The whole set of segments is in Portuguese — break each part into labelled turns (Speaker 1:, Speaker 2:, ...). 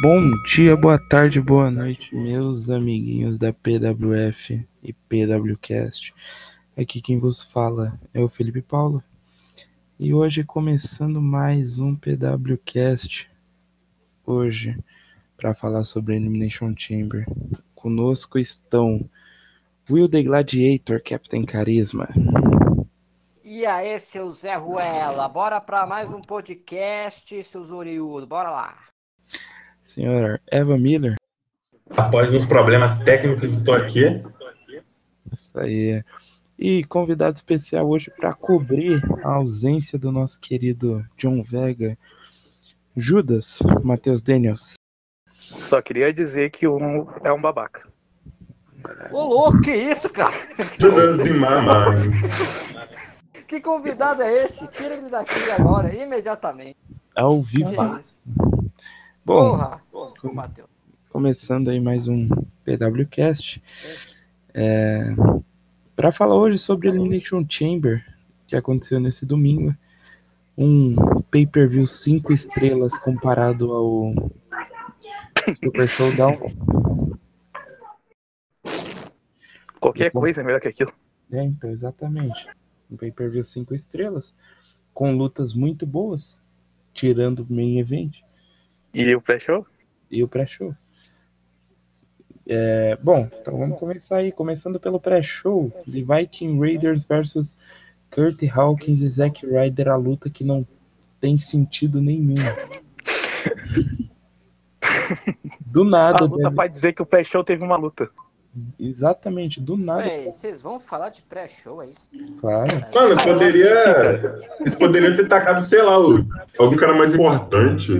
Speaker 1: Bom dia, boa tarde, boa noite, meus amiguinhos da PWF e PWCast. Aqui quem vos fala é o Felipe Paulo. E hoje começando mais um PWCast. Hoje, para falar sobre Elimination Chamber, conosco estão Will the Gladiator, Captain Carisma.
Speaker 2: E aí, seu Zé Ruela, bora pra mais um podcast, seus oriundos, bora lá.
Speaker 1: Senhora Eva Miller.
Speaker 3: Após os problemas técnicos, estou aqui.
Speaker 1: Isso aí. E convidado especial hoje para cobrir a ausência do nosso querido John Vega, Judas Matheus Daniels.
Speaker 4: Só queria dizer que um é um babaca.
Speaker 2: Ô louco, que isso, cara?
Speaker 3: Judas e Mamãe.
Speaker 2: Que convidado é esse? Tira ele daqui agora, imediatamente.
Speaker 1: Ao vivo. Bom,
Speaker 2: Porra! Porra, Matheus.
Speaker 1: começando aí mais um PWCast. É, para falar hoje sobre Elimination Chamber, que aconteceu nesse domingo. Um pay-per-view 5 estrelas comparado ao Super Showdown.
Speaker 4: Qualquer coisa é melhor que aquilo.
Speaker 1: É, então, exatamente. Um pay-per-view 5 estrelas, com lutas muito boas, tirando o main event
Speaker 4: E o pré-show?
Speaker 1: e o pré-show. É, bom, então vamos começar aí. Começando pelo pré-show de Viking Raiders versus Kurt Hawkins e Zack Ryder, a luta que não tem sentido nenhum. Do
Speaker 4: A
Speaker 1: nada, né?
Speaker 4: luta
Speaker 1: deve-
Speaker 4: pra dizer que o pré-show teve uma luta.
Speaker 1: exatamente, do nada,
Speaker 2: Ei, vocês vão falar de pré-show, é isso?
Speaker 1: claro.
Speaker 3: Mano, poderia. Eles poderiam ter tacado, sei lá, o- algum cara mais importante.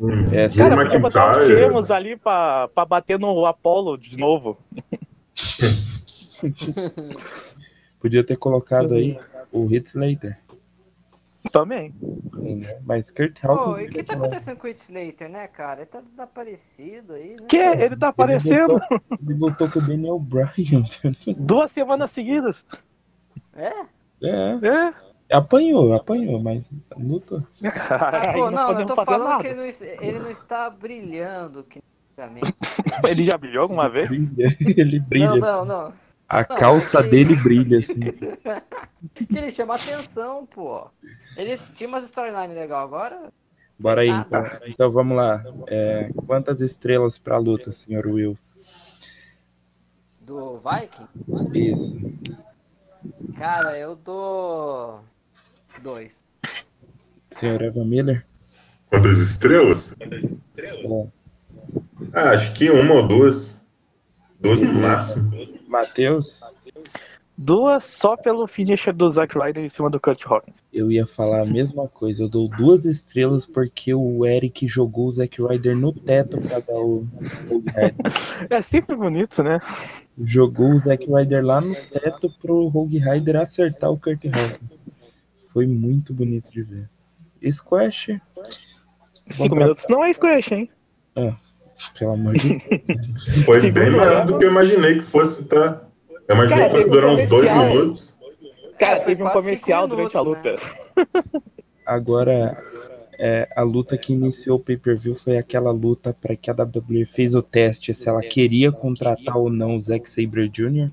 Speaker 3: Hum,
Speaker 1: É,
Speaker 3: Drew
Speaker 4: Cara, podia botar os
Speaker 3: McIntyre.
Speaker 4: Chemos ali pra, pra bater no Apollo de novo.
Speaker 1: Podia ter colocado aí o Hit Slater,
Speaker 4: Também.
Speaker 1: entendeu? né? mas Kurt né,
Speaker 2: Pô,
Speaker 1: Hawkins.
Speaker 2: e o que tá acontecendo com o Heath Slater, né, cara? Ele tá desaparecido aí, né?
Speaker 4: Que? Ele tá aparecendo
Speaker 1: Ele voltou, ele voltou com o Daniel Bryan.
Speaker 4: duas semanas seguidas.
Speaker 2: É?
Speaker 1: É,
Speaker 4: É.
Speaker 1: apanhou, apanhou, mas lutou.
Speaker 2: Ah,
Speaker 4: Aí
Speaker 2: pô,
Speaker 4: não
Speaker 2: não, eu
Speaker 4: podemos
Speaker 2: tô
Speaker 4: fazer
Speaker 2: falando
Speaker 4: nada.
Speaker 2: que ele não, es- ele não está brilhando, que antigamente.
Speaker 4: Ele já brilhou alguma vez?
Speaker 1: brilha, ele
Speaker 2: Não,
Speaker 1: brilha.
Speaker 2: não, não.
Speaker 1: A calça
Speaker 2: que-
Speaker 1: dele brilha, assim.
Speaker 2: Que ele chama atenção, pô. Ele tinha umas storyline legal agora.
Speaker 1: Bora aí,
Speaker 2: Ah,
Speaker 1: então. Então vamos lá. É, quantas estrelas pra luta, senhor Will?
Speaker 2: Do Viking?
Speaker 1: Isso.
Speaker 2: Cara, eu dou. Dois.
Speaker 1: Senhor Evan Miller?
Speaker 3: Quantas estrelas?
Speaker 1: É.
Speaker 3: Ah, acho que uma ou duas. Duas no máximo.
Speaker 1: Matheus?
Speaker 4: Duas só pelo finisher do Zack Ryder em cima do Kurt Hawkins.
Speaker 1: Eu ia falar a mesma coisa. Eu dou duas estrelas porque o Eric jogou o Zack Ryder no teto pra dar o. o head.
Speaker 4: É sempre bonito, né?
Speaker 1: Jogou o Zack Ryder lá no teto pro Rogue Rider acertar o Kurt Hawkins. Foi muito bonito de ver. Squash?
Speaker 4: Cinco minutos não é squash, hein?
Speaker 1: Pelo amor de Deus.
Speaker 3: Foi
Speaker 4: Segundo
Speaker 3: bem maior
Speaker 4: ela.
Speaker 3: do que eu imaginei que fosse, tá? Eu imaginei
Speaker 4: Cara,
Speaker 3: que fosse
Speaker 4: teve um
Speaker 3: durar uns dois
Speaker 4: comercial.
Speaker 3: minutos.
Speaker 4: Cara,
Speaker 2: Foi
Speaker 4: teve um
Speaker 2: quase
Speaker 4: comercial
Speaker 2: cinco
Speaker 4: durante a
Speaker 2: minutos,
Speaker 4: luta.
Speaker 1: Agora, é, a luta que iniciou o pay-per-view foi aquela luta para que a WWE fez o teste se ela queria contratar ou não o Zack Sabre Jr.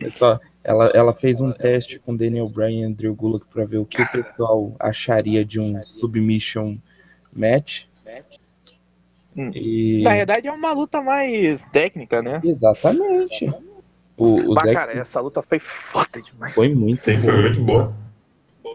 Speaker 1: É, é só, ela, ela fez um teste com Daniel Bryan e Andrew Gulak para ver o que o pessoal acharia de um submission match.
Speaker 4: Hum.
Speaker 1: E,
Speaker 4: Na verdade, é uma luta mais técnica, né?
Speaker 1: exatamente. O, o
Speaker 4: Bah,
Speaker 1: Zack
Speaker 4: cara, é assim. essa luta foi foda demais.
Speaker 1: foi muito.
Speaker 3: Sim, foi muito boa.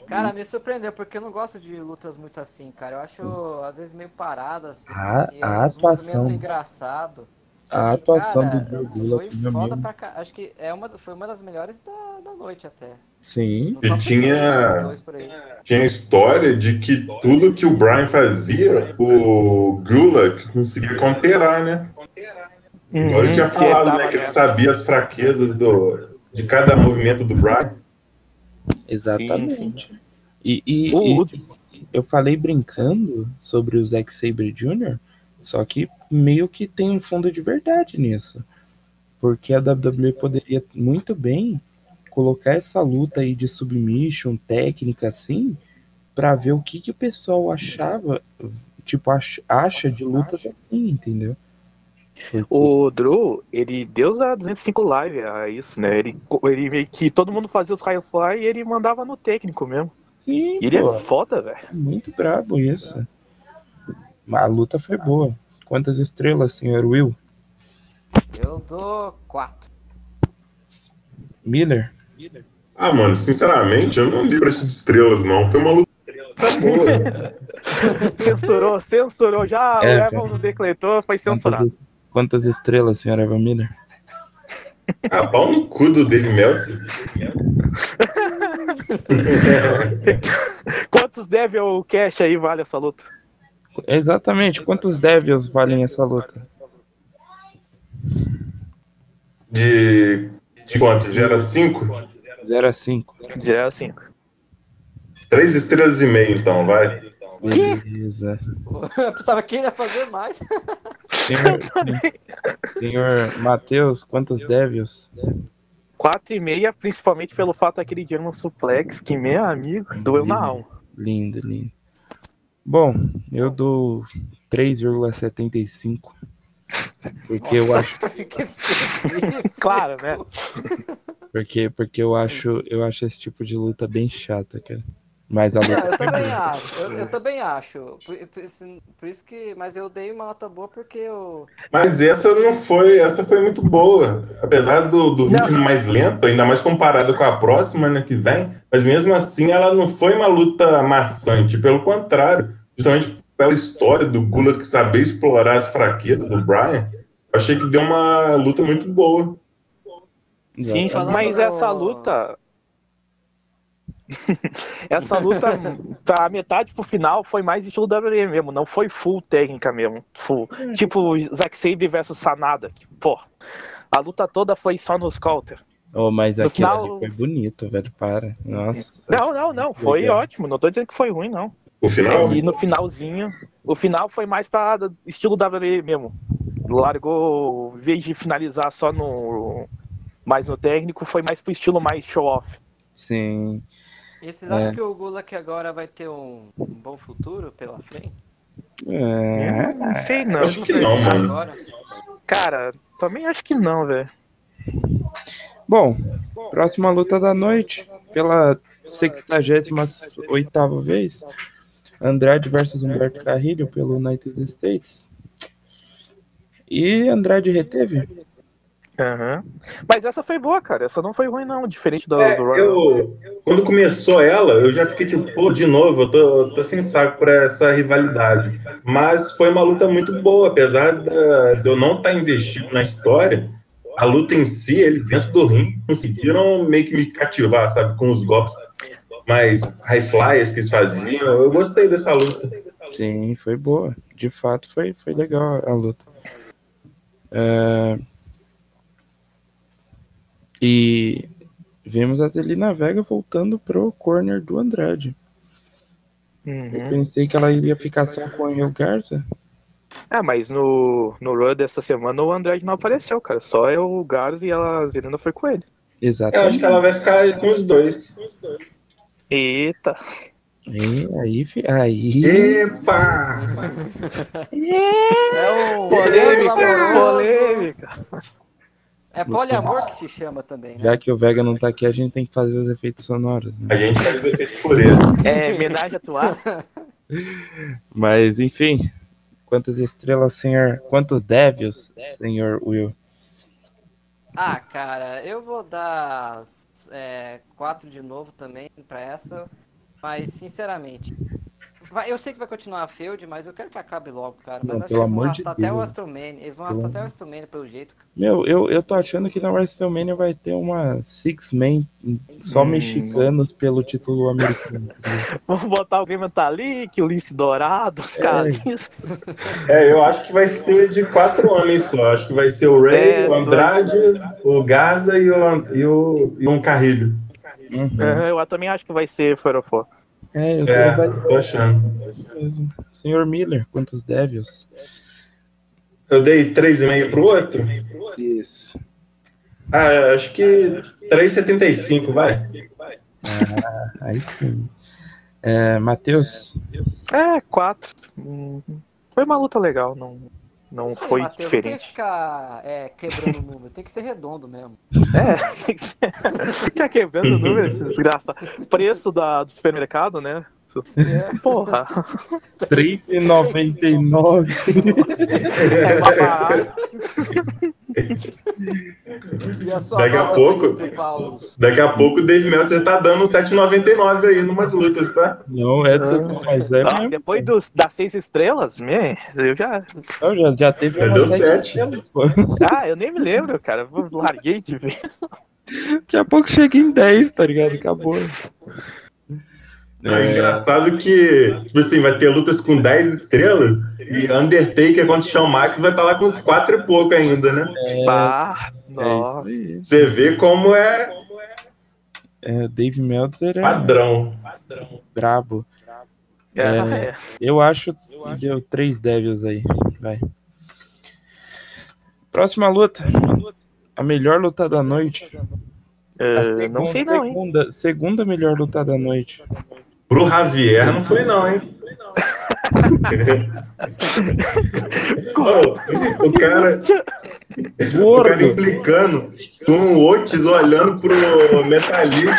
Speaker 2: Cara, me surpreendeu, porque eu não gosto de lutas muito assim, cara. Eu acho, às vezes, meio parado, assim.
Speaker 1: A,
Speaker 2: e
Speaker 1: a
Speaker 2: uns
Speaker 1: atuação
Speaker 2: movimentos engraçado. Só
Speaker 1: A
Speaker 2: que,
Speaker 1: atuação
Speaker 2: cara,
Speaker 1: do é Drew Gulak,
Speaker 2: foi
Speaker 1: meu
Speaker 2: foda
Speaker 1: amigo.
Speaker 2: pra ca... Acho que é uma, foi uma das melhores da, da noite até.
Speaker 1: Sim,
Speaker 2: No
Speaker 3: E
Speaker 2: top
Speaker 3: tinha-
Speaker 2: três, top dois por aí.
Speaker 3: Tinha a história de que tudo que o Brian fazia, o Gulak conseguia conterar, né? Igual ele tinha
Speaker 4: Uhum,
Speaker 3: falado,
Speaker 4: tava
Speaker 3: né? Que ele
Speaker 4: nessa.
Speaker 3: sabia as fraquezas do, de cada movimento do Brian.
Speaker 1: exatamente. E,
Speaker 3: tá-
Speaker 1: e-
Speaker 4: O
Speaker 1: e
Speaker 4: último.
Speaker 1: eu falei brincando sobre o Zack Sabre Jr., só que meio que tem um fundo de verdade nisso. Porque a WWE poderia muito bem colocar essa luta aí de submission, técnica assim, pra ver o que, que o pessoal achava tipo, acha, acha de lutas assim, entendeu? Porque-
Speaker 4: O Drew, ele deu a 205 live a isso, né? Ele, ele meio que todo mundo fazia os high fly e ele mandava no técnico mesmo.
Speaker 1: Sim,
Speaker 4: E ele
Speaker 1: pô.
Speaker 4: é foda, velho.
Speaker 1: Muito brabo isso. Mas A luta foi boa. Quantas estrelas, senhor Will?
Speaker 2: Eu dou quatro.
Speaker 1: Miller?
Speaker 3: Ah, mano, sinceramente, eu não ligo pra isso de estrelas, não. Foi uma luta boa.
Speaker 4: Censurou, censurou. Já
Speaker 1: É,
Speaker 4: o Evan não decretou, foi censurado.
Speaker 1: Quantas, quantas estrelas, senhor Eva Miller?
Speaker 3: Ah, pau no cu do Dave Meltzer.
Speaker 4: Quantos deve o cash aí vale essa luta?
Speaker 1: Exatamente, quantos devils valem essa luta?
Speaker 3: De. De quanto? Já era 5?
Speaker 1: 0 a 5.
Speaker 4: Dizer assim.
Speaker 3: 3 estrelas e meia, então, vai.
Speaker 1: Beleza.
Speaker 2: Eu pensava que ia fazer mais.
Speaker 1: Senhor, senhor Matheus, quantos devils?
Speaker 4: 4 e meia, principalmente pelo fato daquele German suplex, que meu amigo, doeu na
Speaker 1: É
Speaker 4: alma.
Speaker 1: Lindo, lindo. Bom, eu dou 3,75. Porque eu
Speaker 2: Nossa,
Speaker 1: acho.
Speaker 2: que específico.
Speaker 4: Claro, né?
Speaker 1: Porque, porque eu acho eu acho esse tipo de luta bem chata, cara. Mas a
Speaker 2: Não,
Speaker 1: luta
Speaker 2: eu também acho. Eu, eu também acho. Por, por isso- por isso que. Mas eu dei uma nota boa porque eu.
Speaker 3: Mas essa não foi. Essa foi muito boa. Apesar do, do ritmo mais lento, ainda mais comparado com a próxima, né, que vem. Mas mesmo assim, ela não foi uma luta maçante. Pelo contrário, justamente pela história do Gula que saber explorar as fraquezas do Brian, eu achei que deu uma luta muito boa.
Speaker 4: Sim,
Speaker 2: Falando
Speaker 4: mas
Speaker 2: no-
Speaker 4: essa luta. essa luta, pra metade pro final, foi mais estilo WWE mesmo, não foi full técnica mesmo. Full. Tipo Zack Sabre versus Sanada. Que, pô, a luta toda foi só nos counter.
Speaker 1: Oh, mas aquilo ali
Speaker 4: final-
Speaker 1: foi bonito, velho. Para. Nossa.
Speaker 4: Não, não, não. Foi
Speaker 1: Legal.
Speaker 4: ótimo. Não tô dizendo que foi ruim, não.
Speaker 3: O é. final?
Speaker 4: É, E no finalzinho, o final foi mais pra estilo WWE mesmo. Largou, em vez de finalizar só no. Mais no técnico, foi mais pro estilo mais show-off.
Speaker 1: Sim.
Speaker 2: E vocês
Speaker 1: É.
Speaker 2: acham que o Gulak agora vai ter um, um bom futuro pela frente?
Speaker 1: É,
Speaker 4: Não sei não.
Speaker 3: Acho que não, mano.
Speaker 2: Agora?
Speaker 4: Cara, também acho que não, velho.
Speaker 1: Bom, próxima luta da noite. Pela 68 vez. Andrade versus Humberto Carrilho pelo United States. E Andrade reteve?
Speaker 4: Aham. Mas essa foi boa, cara. Essa não foi ruim, não. Diferente do,
Speaker 3: É,
Speaker 4: do Royal.
Speaker 3: eu, quando começou ela, eu já fiquei tipo, pô, de novo, eu tô, tô sem saco pra essa rivalidade. Mas foi uma luta muito boa, apesar da- de eu não estar investido na história, a luta em si, eles dentro do ringue conseguiram meio que me cativar, sabe, com os golpes mais high flyers que eles faziam. Eu gostei dessa luta.
Speaker 1: Sim, foi boa. De fato, foi, foi legal a luta. É, E vemos a Zelina Vega voltando pro corner do Andrade. Eu
Speaker 3: Hum.
Speaker 4: Uhum.
Speaker 1: pensei que ela iria ficar só com o Angel Garza.
Speaker 4: Ah, mas no, no Royal dessa semana o Andrade não apareceu, cara. Só eu, o Garza e a Zelina foi com ele.
Speaker 3: Eu acho
Speaker 1: Exatamente.
Speaker 3: que ela vai ficar com os dois.
Speaker 4: Eita.
Speaker 1: E aí, fi- aí,
Speaker 3: Epa!
Speaker 2: É um triângulo
Speaker 4: Polêmica,
Speaker 2: amoroso.
Speaker 4: polêmica.
Speaker 2: É poliamor que se chama também, né?
Speaker 1: já que o Vega não tá aqui, a gente tem que fazer os efeitos sonoros. né?
Speaker 3: A gente faz o efeito por ele.
Speaker 4: É, homenagem atual.
Speaker 1: Mas, enfim, quantas estrelas, senhor? Quantos devils, senhor Will?
Speaker 2: Ah, cara, eu vou dar é, quatro de novo também pra essa. Mas, sinceramente, vai- eu sei que vai continuar a feud, mas eu quero que acabe logo, cara. Mas
Speaker 1: Não,
Speaker 2: acho que
Speaker 1: pelo
Speaker 2: eles vão
Speaker 1: amor de
Speaker 2: arrastar até o
Speaker 1: Deus.
Speaker 2: Astromania. Eles vão
Speaker 1: Pelo
Speaker 2: arrastar até o Astromania pelo jeito.
Speaker 1: Meu, eu, eu tô achando que na WrestleMania vai ter uma Six Man só
Speaker 4: Hum.
Speaker 1: mexicanos pelo título americano.
Speaker 4: Vamos botar o Grêmio Talik, o Lince Dourado, cara. Isso.
Speaker 3: É, eu acho que vai ser de quatro homens só. Acho que vai ser o Ray,
Speaker 4: É,
Speaker 3: o Andrade, o Gaza e, o, e, o, e um carrilho.
Speaker 1: Uhum.
Speaker 4: Aham, eu também acho que vai ser Forofó.
Speaker 1: É, eu tô
Speaker 3: É,
Speaker 1: avaliando
Speaker 3: tô achando.
Speaker 1: mesmo. Senhor Miller, quantos devils?
Speaker 3: Eu dei três e meio pro outro.
Speaker 1: Isso.
Speaker 3: Ah, acho que 3,75, vai.
Speaker 1: Aí sim. É, Matheus?
Speaker 4: É, quatro. Hum, Foi uma luta legal, não, não
Speaker 2: Isso aí,
Speaker 4: Então foi
Speaker 2: Matheus, Não tem que
Speaker 4: diferente.
Speaker 2: ficar é, quebrando o número, tem que ser redondo mesmo.
Speaker 4: É, tem que ser- fica quebrando
Speaker 1: Uhum.
Speaker 4: o número, esse desgraça. Preço da, do supermercado, né?
Speaker 2: É,
Speaker 4: Porra,
Speaker 1: 3,99.
Speaker 4: é mais barato.
Speaker 2: E a sua
Speaker 3: Daqui a
Speaker 2: nota
Speaker 3: pouco-
Speaker 2: Felipe Paulo?
Speaker 3: Daqui a pouco o Dave Meltzer tá dando 7,99 aí numas lutas, tá?
Speaker 1: Não é tudo, mas é
Speaker 4: Ah,
Speaker 1: mesmo.
Speaker 4: depois dos, das seis estrelas, man, eu já.
Speaker 1: Não, já, já teve
Speaker 3: Já
Speaker 1: uma
Speaker 3: deu
Speaker 1: sete
Speaker 3: sete.
Speaker 1: estrelas, pô.
Speaker 4: Ah, eu nem me lembro, cara. eu Larguei de ver.
Speaker 1: Daqui a pouco chega em 10, tá ligado? Acabou.
Speaker 3: É. engraçado que, tipo assim, vai ter lutas com 10 estrelas e Undertaker contra o Shawn Max vai estar lá com uns 4 e pouco ainda, né?
Speaker 4: Ah,
Speaker 1: É
Speaker 4: nossa.
Speaker 1: isso aí.
Speaker 3: Você vê como é
Speaker 1: É, Dave Meltzer é
Speaker 3: padrão.
Speaker 1: brabo.
Speaker 4: Ah, é.
Speaker 1: Eu acho que deu três devils aí. Vai. Próxima luta. A melhor luta da noite.
Speaker 4: Eh,
Speaker 1: A segunda, é
Speaker 4: não sei não, hein?
Speaker 1: segunda, segunda melhor luta da noite.
Speaker 3: Pro Javier não foi não, hein? Ô, o cara, o cara
Speaker 1: Gordo!
Speaker 3: implicando com o Otis olhando pro Metallic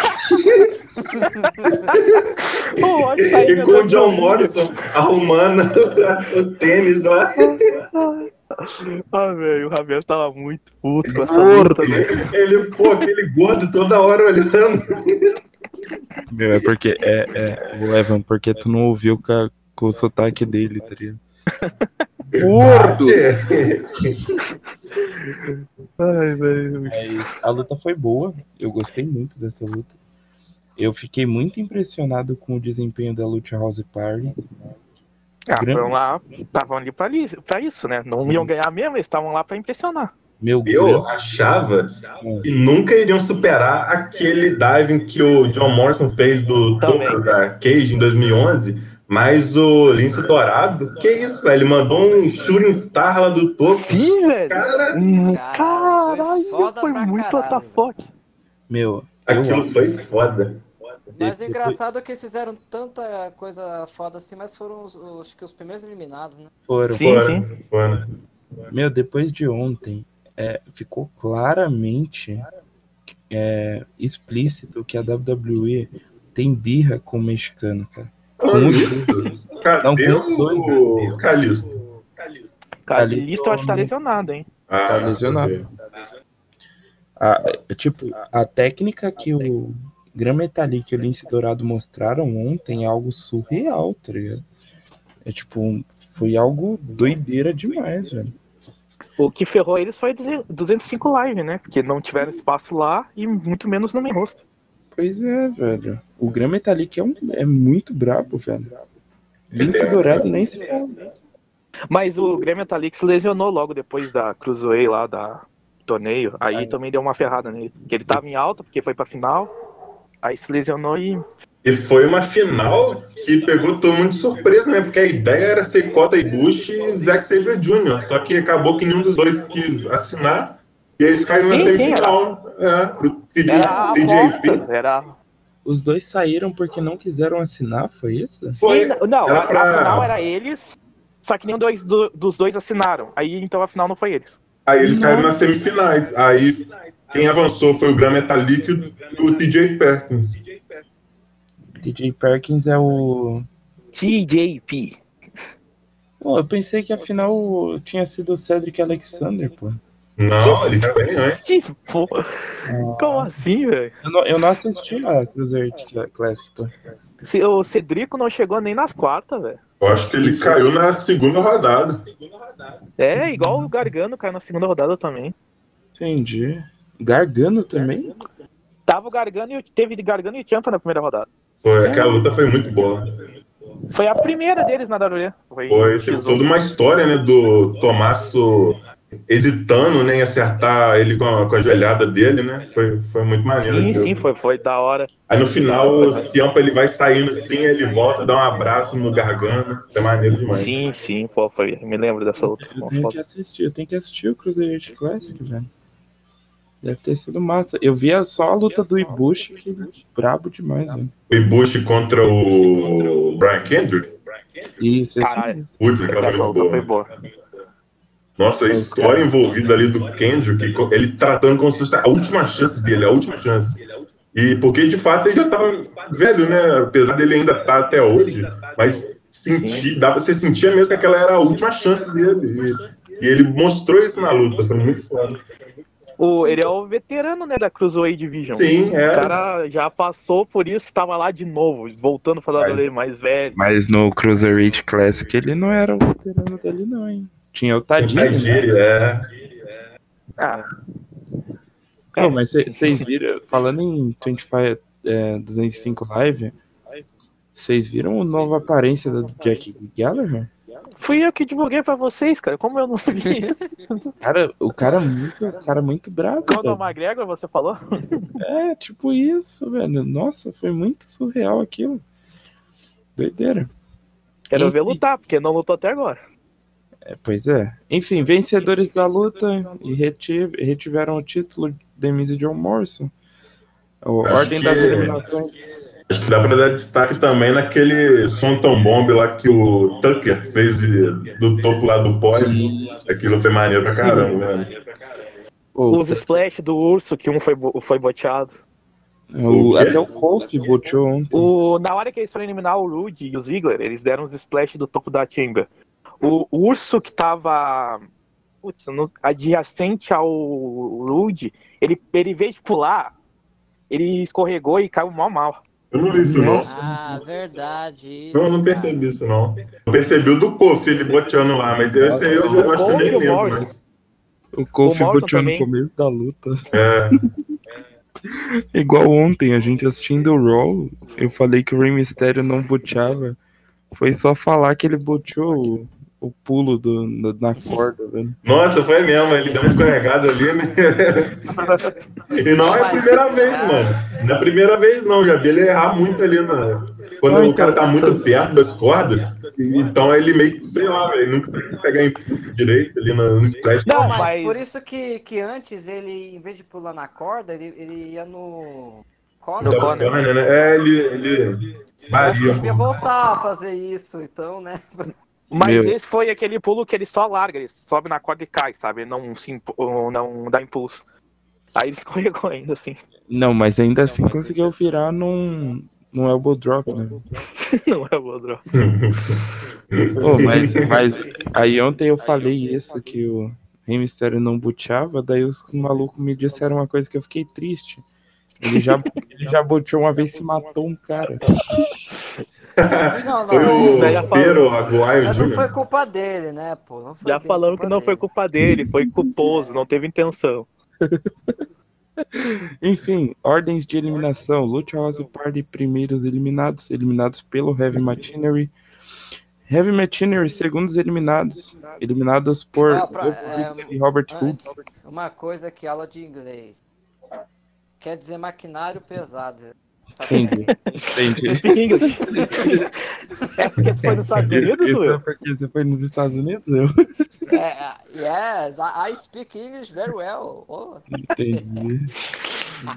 Speaker 4: O Otis tá
Speaker 3: e
Speaker 4: ainda
Speaker 3: com o
Speaker 4: dando
Speaker 3: John
Speaker 4: vídeo.
Speaker 3: Morrison arrumando o tênis lá.
Speaker 4: Ah, velho, o Javier tava muito puto com essa
Speaker 1: Gordo.
Speaker 4: luta, né? velho.
Speaker 3: Ele, pô, aquele gordo toda hora olhando.
Speaker 1: Meu, é porque. É, é, o Evan, porque tu não ouviu com, com o sotaque dele, tá ligado? Gordo!
Speaker 3: Ah, Tchê.
Speaker 4: Ai, velho.
Speaker 1: Mas a luta foi boa. Eu gostei muito dessa luta. Eu fiquei muito impressionado com o desempenho da Lucha House Party.
Speaker 4: Ah,
Speaker 1: Grande. Uhum.
Speaker 4: foram lá, estavam ali pra, li- pra isso, né? Não iam ganhar mesmo, eles estavam lá pra impressionar.
Speaker 1: Meu
Speaker 3: Eu
Speaker 1: Deus.
Speaker 3: achava
Speaker 1: É.
Speaker 3: que nunca iriam superar aquele diving que o John Morrison fez do
Speaker 4: Também.
Speaker 3: topo da Cage em 2011, mas o Lince Dourado, que isso, velho, ele mandou um shooting star lá do topo.
Speaker 4: Sim, velho!
Speaker 3: Cara,
Speaker 4: Hum,
Speaker 2: Caralho, foi
Speaker 4: Caralho, foi,
Speaker 2: é foda pra
Speaker 4: muito
Speaker 2: caralho,
Speaker 4: WTF.
Speaker 1: Meu, eu
Speaker 3: aquilo foi foda.
Speaker 2: Mas o
Speaker 1: Depois-
Speaker 2: engraçado é que eles fizeram tanta coisa foda assim, mas foram os, os- acho que os primeiros eliminados, né?
Speaker 1: foram.
Speaker 4: Sim,
Speaker 3: Foda,
Speaker 4: sim.
Speaker 3: foda.
Speaker 1: Meu, depois de ontem, é, ficou claramente é, explícito que a WWE tem birra com o mexicano, cara.
Speaker 3: Calisto, cadê
Speaker 1: Não, dois.
Speaker 3: o Calisto?
Speaker 4: Cara,
Speaker 1: Ali
Speaker 4: Listo eu acho que tá
Speaker 1: no-
Speaker 4: lesionado, hein?
Speaker 3: Ah,
Speaker 1: Tá lesionado.
Speaker 3: cadê?
Speaker 1: A- é, tipo, a técnica que o Gran Metalik e o Lince Dourado mostraram ontem é algo surreal, tá ligado? É tipo, um- foi algo doideira demais, velho.
Speaker 4: O que ferrou eles foi 205 live, né? Porque não tiveram espaço lá e muito menos no main rosto.
Speaker 1: Pois é, velho. O Gran Metalik é, um, é muito brabo, velho. Lince Dourado nem se fala.
Speaker 4: Mas o Grêmio Metallic se lesionou logo depois da Cruzoei lá da torneio. Aí
Speaker 1: Ah, é.
Speaker 4: também deu uma ferrada nele. Porque ele tava em alta, porque foi pra final. Aí se lesionou e.
Speaker 3: E foi uma final que pegou todo mundo de surpresa, né? Porque a ideia era ser Cota e Bush e Zack Sabre Jr. Só que acabou que nenhum dos dois quis assinar. E eles caíram na
Speaker 4: Sim, sim,
Speaker 3: semifinal. É, pro TJ
Speaker 4: Era a
Speaker 3: TJP.
Speaker 4: aposta. Era...
Speaker 1: Os dois saíram porque não quiseram assinar, foi isso?
Speaker 3: Foi.
Speaker 4: Sim, não,
Speaker 3: era
Speaker 4: a,
Speaker 3: pra-
Speaker 4: a final era eles. Só que nenhum dois, do- dos dois assinaram. Aí então a final não foi eles.
Speaker 3: Aí eles
Speaker 4: Uhum.
Speaker 3: caíram nas semifinais. Aí quem avançou foi o Gran Metalik e o- o TJ Perkins.
Speaker 1: TJ Perkins é o.
Speaker 4: TJP.
Speaker 1: Pô, eu pensei que afinal tinha sido o Cedric Alexander, pô.
Speaker 3: Não, ele tá bem, né?
Speaker 4: Que porra. Como assim, velho?
Speaker 1: Eu não, eu não assisti a Cruiser Classic, pô.
Speaker 4: Se- O Cedrico não chegou nem nas quartas, velho.
Speaker 3: Eu acho que ele caiu na segunda rodada.
Speaker 4: É, igual o Gargano caiu na segunda rodada também.
Speaker 1: Entendi. Gargano também?
Speaker 4: Tava o Gargano e o- teve Gargano e Champa na primeira rodada.
Speaker 3: Foi, aquela luta foi muito boa.
Speaker 4: Foi a primeira deles na WWE. Foi,
Speaker 3: Foi, um. teve toda uma história, né, do Tomasso hesitando né, em acertar ele com a, com a joelhada dele, né? Foi, foi muito maneiro.
Speaker 4: Sim,
Speaker 3: aquilo.
Speaker 4: sim, foi, foi da hora.
Speaker 3: Aí no final o Ciampa ele vai saindo sim, ele volta, dá um abraço no gargano. É maneiro demais.
Speaker 4: Sim, sim, pô, foi. Me lembro dessa outra.
Speaker 1: Eu
Speaker 4: é Uma
Speaker 1: tenho
Speaker 4: foto.
Speaker 1: que assistir, eu tenho que assistir o Cruiser Classic, velho. Deve ter sido massa. Eu via só a luta do Ibushi, que é brabo demais, velho.
Speaker 3: O Ibushi contra o Brian Kendrick?
Speaker 1: Isso, esse
Speaker 4: Caralho.
Speaker 1: mesmo.
Speaker 3: Putz, né, aquela
Speaker 4: Essa
Speaker 3: muito
Speaker 4: luta foi
Speaker 3: um boa.
Speaker 4: boa.
Speaker 3: Nossa, a história envolvida ali do Kendrick, que ele tratando como se fosse a última chance dele, a última chance. E porque de fato ele já tava velho, né? Apesar dele ainda tá até hoje, mas senti, dá pra você sentir mesmo que aquela era a última chance dele. E, e ele mostrou isso na luta, foi muito foda.
Speaker 4: O, ele é o veterano, né, da Cruiserweight Division.
Speaker 3: Sim, é.
Speaker 4: O cara já passou por isso, tava lá de novo, voltando a falar
Speaker 3: Vai.
Speaker 4: dele mais velho.
Speaker 1: Mas no Cruiserweight Classic ele não era o veterano dele, não, hein? Tinha o Tadinho. né?
Speaker 3: Tadinho, é.
Speaker 4: Ah.
Speaker 1: Não, mas vocês viram, falando em 25, é, 205 Live, vocês viram a nova aparência do Jack Gallagher?
Speaker 4: Fui eu que divulguei pra vocês, cara. Como eu não vi?
Speaker 1: Cara, o cara é muito, o cara é muito brabo.
Speaker 4: Conor
Speaker 1: velho.
Speaker 4: McGregor, você falou?
Speaker 1: É, tipo isso, velho. Nossa, foi muito surreal aquilo. Doideira.
Speaker 4: Quero ver lutar, porque não lutou até agora.
Speaker 1: É, pois é. Enfim, vencedores da luta e reti- retiveram o título Demise e John Morrison. O-
Speaker 3: Acho
Speaker 1: ordem
Speaker 3: que-
Speaker 1: das eliminações.
Speaker 3: Acho que dá pra dar destaque também naquele som tão bomb lá que o Tucker fez de- do topo lá do pódio. Aquilo foi maneiro pra caramba, né?
Speaker 1: Pô,
Speaker 4: Os splash do urso, que um foi, bo- foi boteado.
Speaker 1: o-
Speaker 3: O quê?
Speaker 1: até o Kofi botou ontem.
Speaker 4: O, na hora que eles foram eliminar o Rude e o Ziggler, eles deram uns splash do topo da Chamber. O, o urso que tava putz, no- adjacente ao Rude, ele, ele em vez de pular, ele escorregou e caiu mal mal.
Speaker 3: Eu não vi isso, não.
Speaker 2: Ah, verdade. Isso,
Speaker 3: Não, eu não
Speaker 2: cara.
Speaker 3: percebi isso, não. Eu percebi o do Kofi, ele boteando lá, mas esse aí eu já acho que eu nem
Speaker 4: Kofi, o
Speaker 3: lembro.
Speaker 4: Morrison.
Speaker 3: Mas,
Speaker 1: O Kofi
Speaker 4: O Morrison
Speaker 1: botou no
Speaker 4: também.
Speaker 1: começo da luta.
Speaker 3: é,
Speaker 1: Igual ontem, a gente assistindo o Raw, eu falei que o Rey Mysterio não boteava. Foi só falar que ele boteou o, o pulo do, na, na corda, velho.
Speaker 3: nossa, foi mesmo, ele deu uma escorregada ali, né? E não é a primeira vez, mano. Não é a primeira vez, não. Já vi ele errar muito ali na. Quando o cara tá muito perto das cordas, então ele meio que, sei lá, velho, não consegue pegar impulso direito ali no, no splash.
Speaker 4: Não,
Speaker 2: Mas,
Speaker 4: mas-
Speaker 2: por isso que, que antes ele, em vez de pular na corda, ele, ele ia no. Conor.
Speaker 4: No
Speaker 3: Tá
Speaker 4: Conor.
Speaker 3: bacana, né? É, ele. ele...
Speaker 2: Eu acho que
Speaker 3: varia.
Speaker 2: ele devia voltar a fazer isso, então, né?
Speaker 4: Mas
Speaker 1: Meu.
Speaker 4: esse foi aquele pulo que ele só larga, ele sobe na corda e cai, sabe? Ele Não, se impu- não dá impulso. Aí ele escorregou ainda assim.
Speaker 1: Não, mas ainda assim conseguiu virar num, num elbow drop, né?
Speaker 4: Não é o Odro.
Speaker 1: Ô, mas, mas aí ontem eu falei isso, que o Rei Mysterio não boteava, daí os malucos me disseram uma coisa que eu fiquei triste. Ele já, ele já boteou uma vez e matou um cara.
Speaker 2: Não,
Speaker 3: Foi
Speaker 2: não. né?
Speaker 4: Daí já
Speaker 3: o
Speaker 4: falou.
Speaker 3: Pedro Aguayo
Speaker 2: Mas não
Speaker 3: Jr.
Speaker 2: foi culpa dele, né, pô? Não foi
Speaker 4: Já
Speaker 2: bem
Speaker 4: falamos
Speaker 2: culpa
Speaker 4: que não foi
Speaker 2: dele.
Speaker 4: culpa dele, foi culposo, não teve intenção.
Speaker 1: Enfim, ordens de eliminação. Lucha House Party, primeiros eliminados, eliminados pelo Heavy Machinery. Heavy Machinery, segundos eliminados, eliminados por
Speaker 2: Ah, pra-
Speaker 1: Zokovic
Speaker 2: é,
Speaker 1: e Robert Hood.
Speaker 2: Antes, uma coisa que aula de inglês. Quer dizer maquinário pesado. Sabe?
Speaker 1: Entendi. Entendi.
Speaker 4: é porque foi nos Estados
Speaker 1: Isso,
Speaker 4: Unidos,
Speaker 1: isso é
Speaker 4: Will?
Speaker 1: porque você foi nos Estados Unidos? Eu
Speaker 2: É, yes, I I speak English very well. Oh.
Speaker 1: entendi.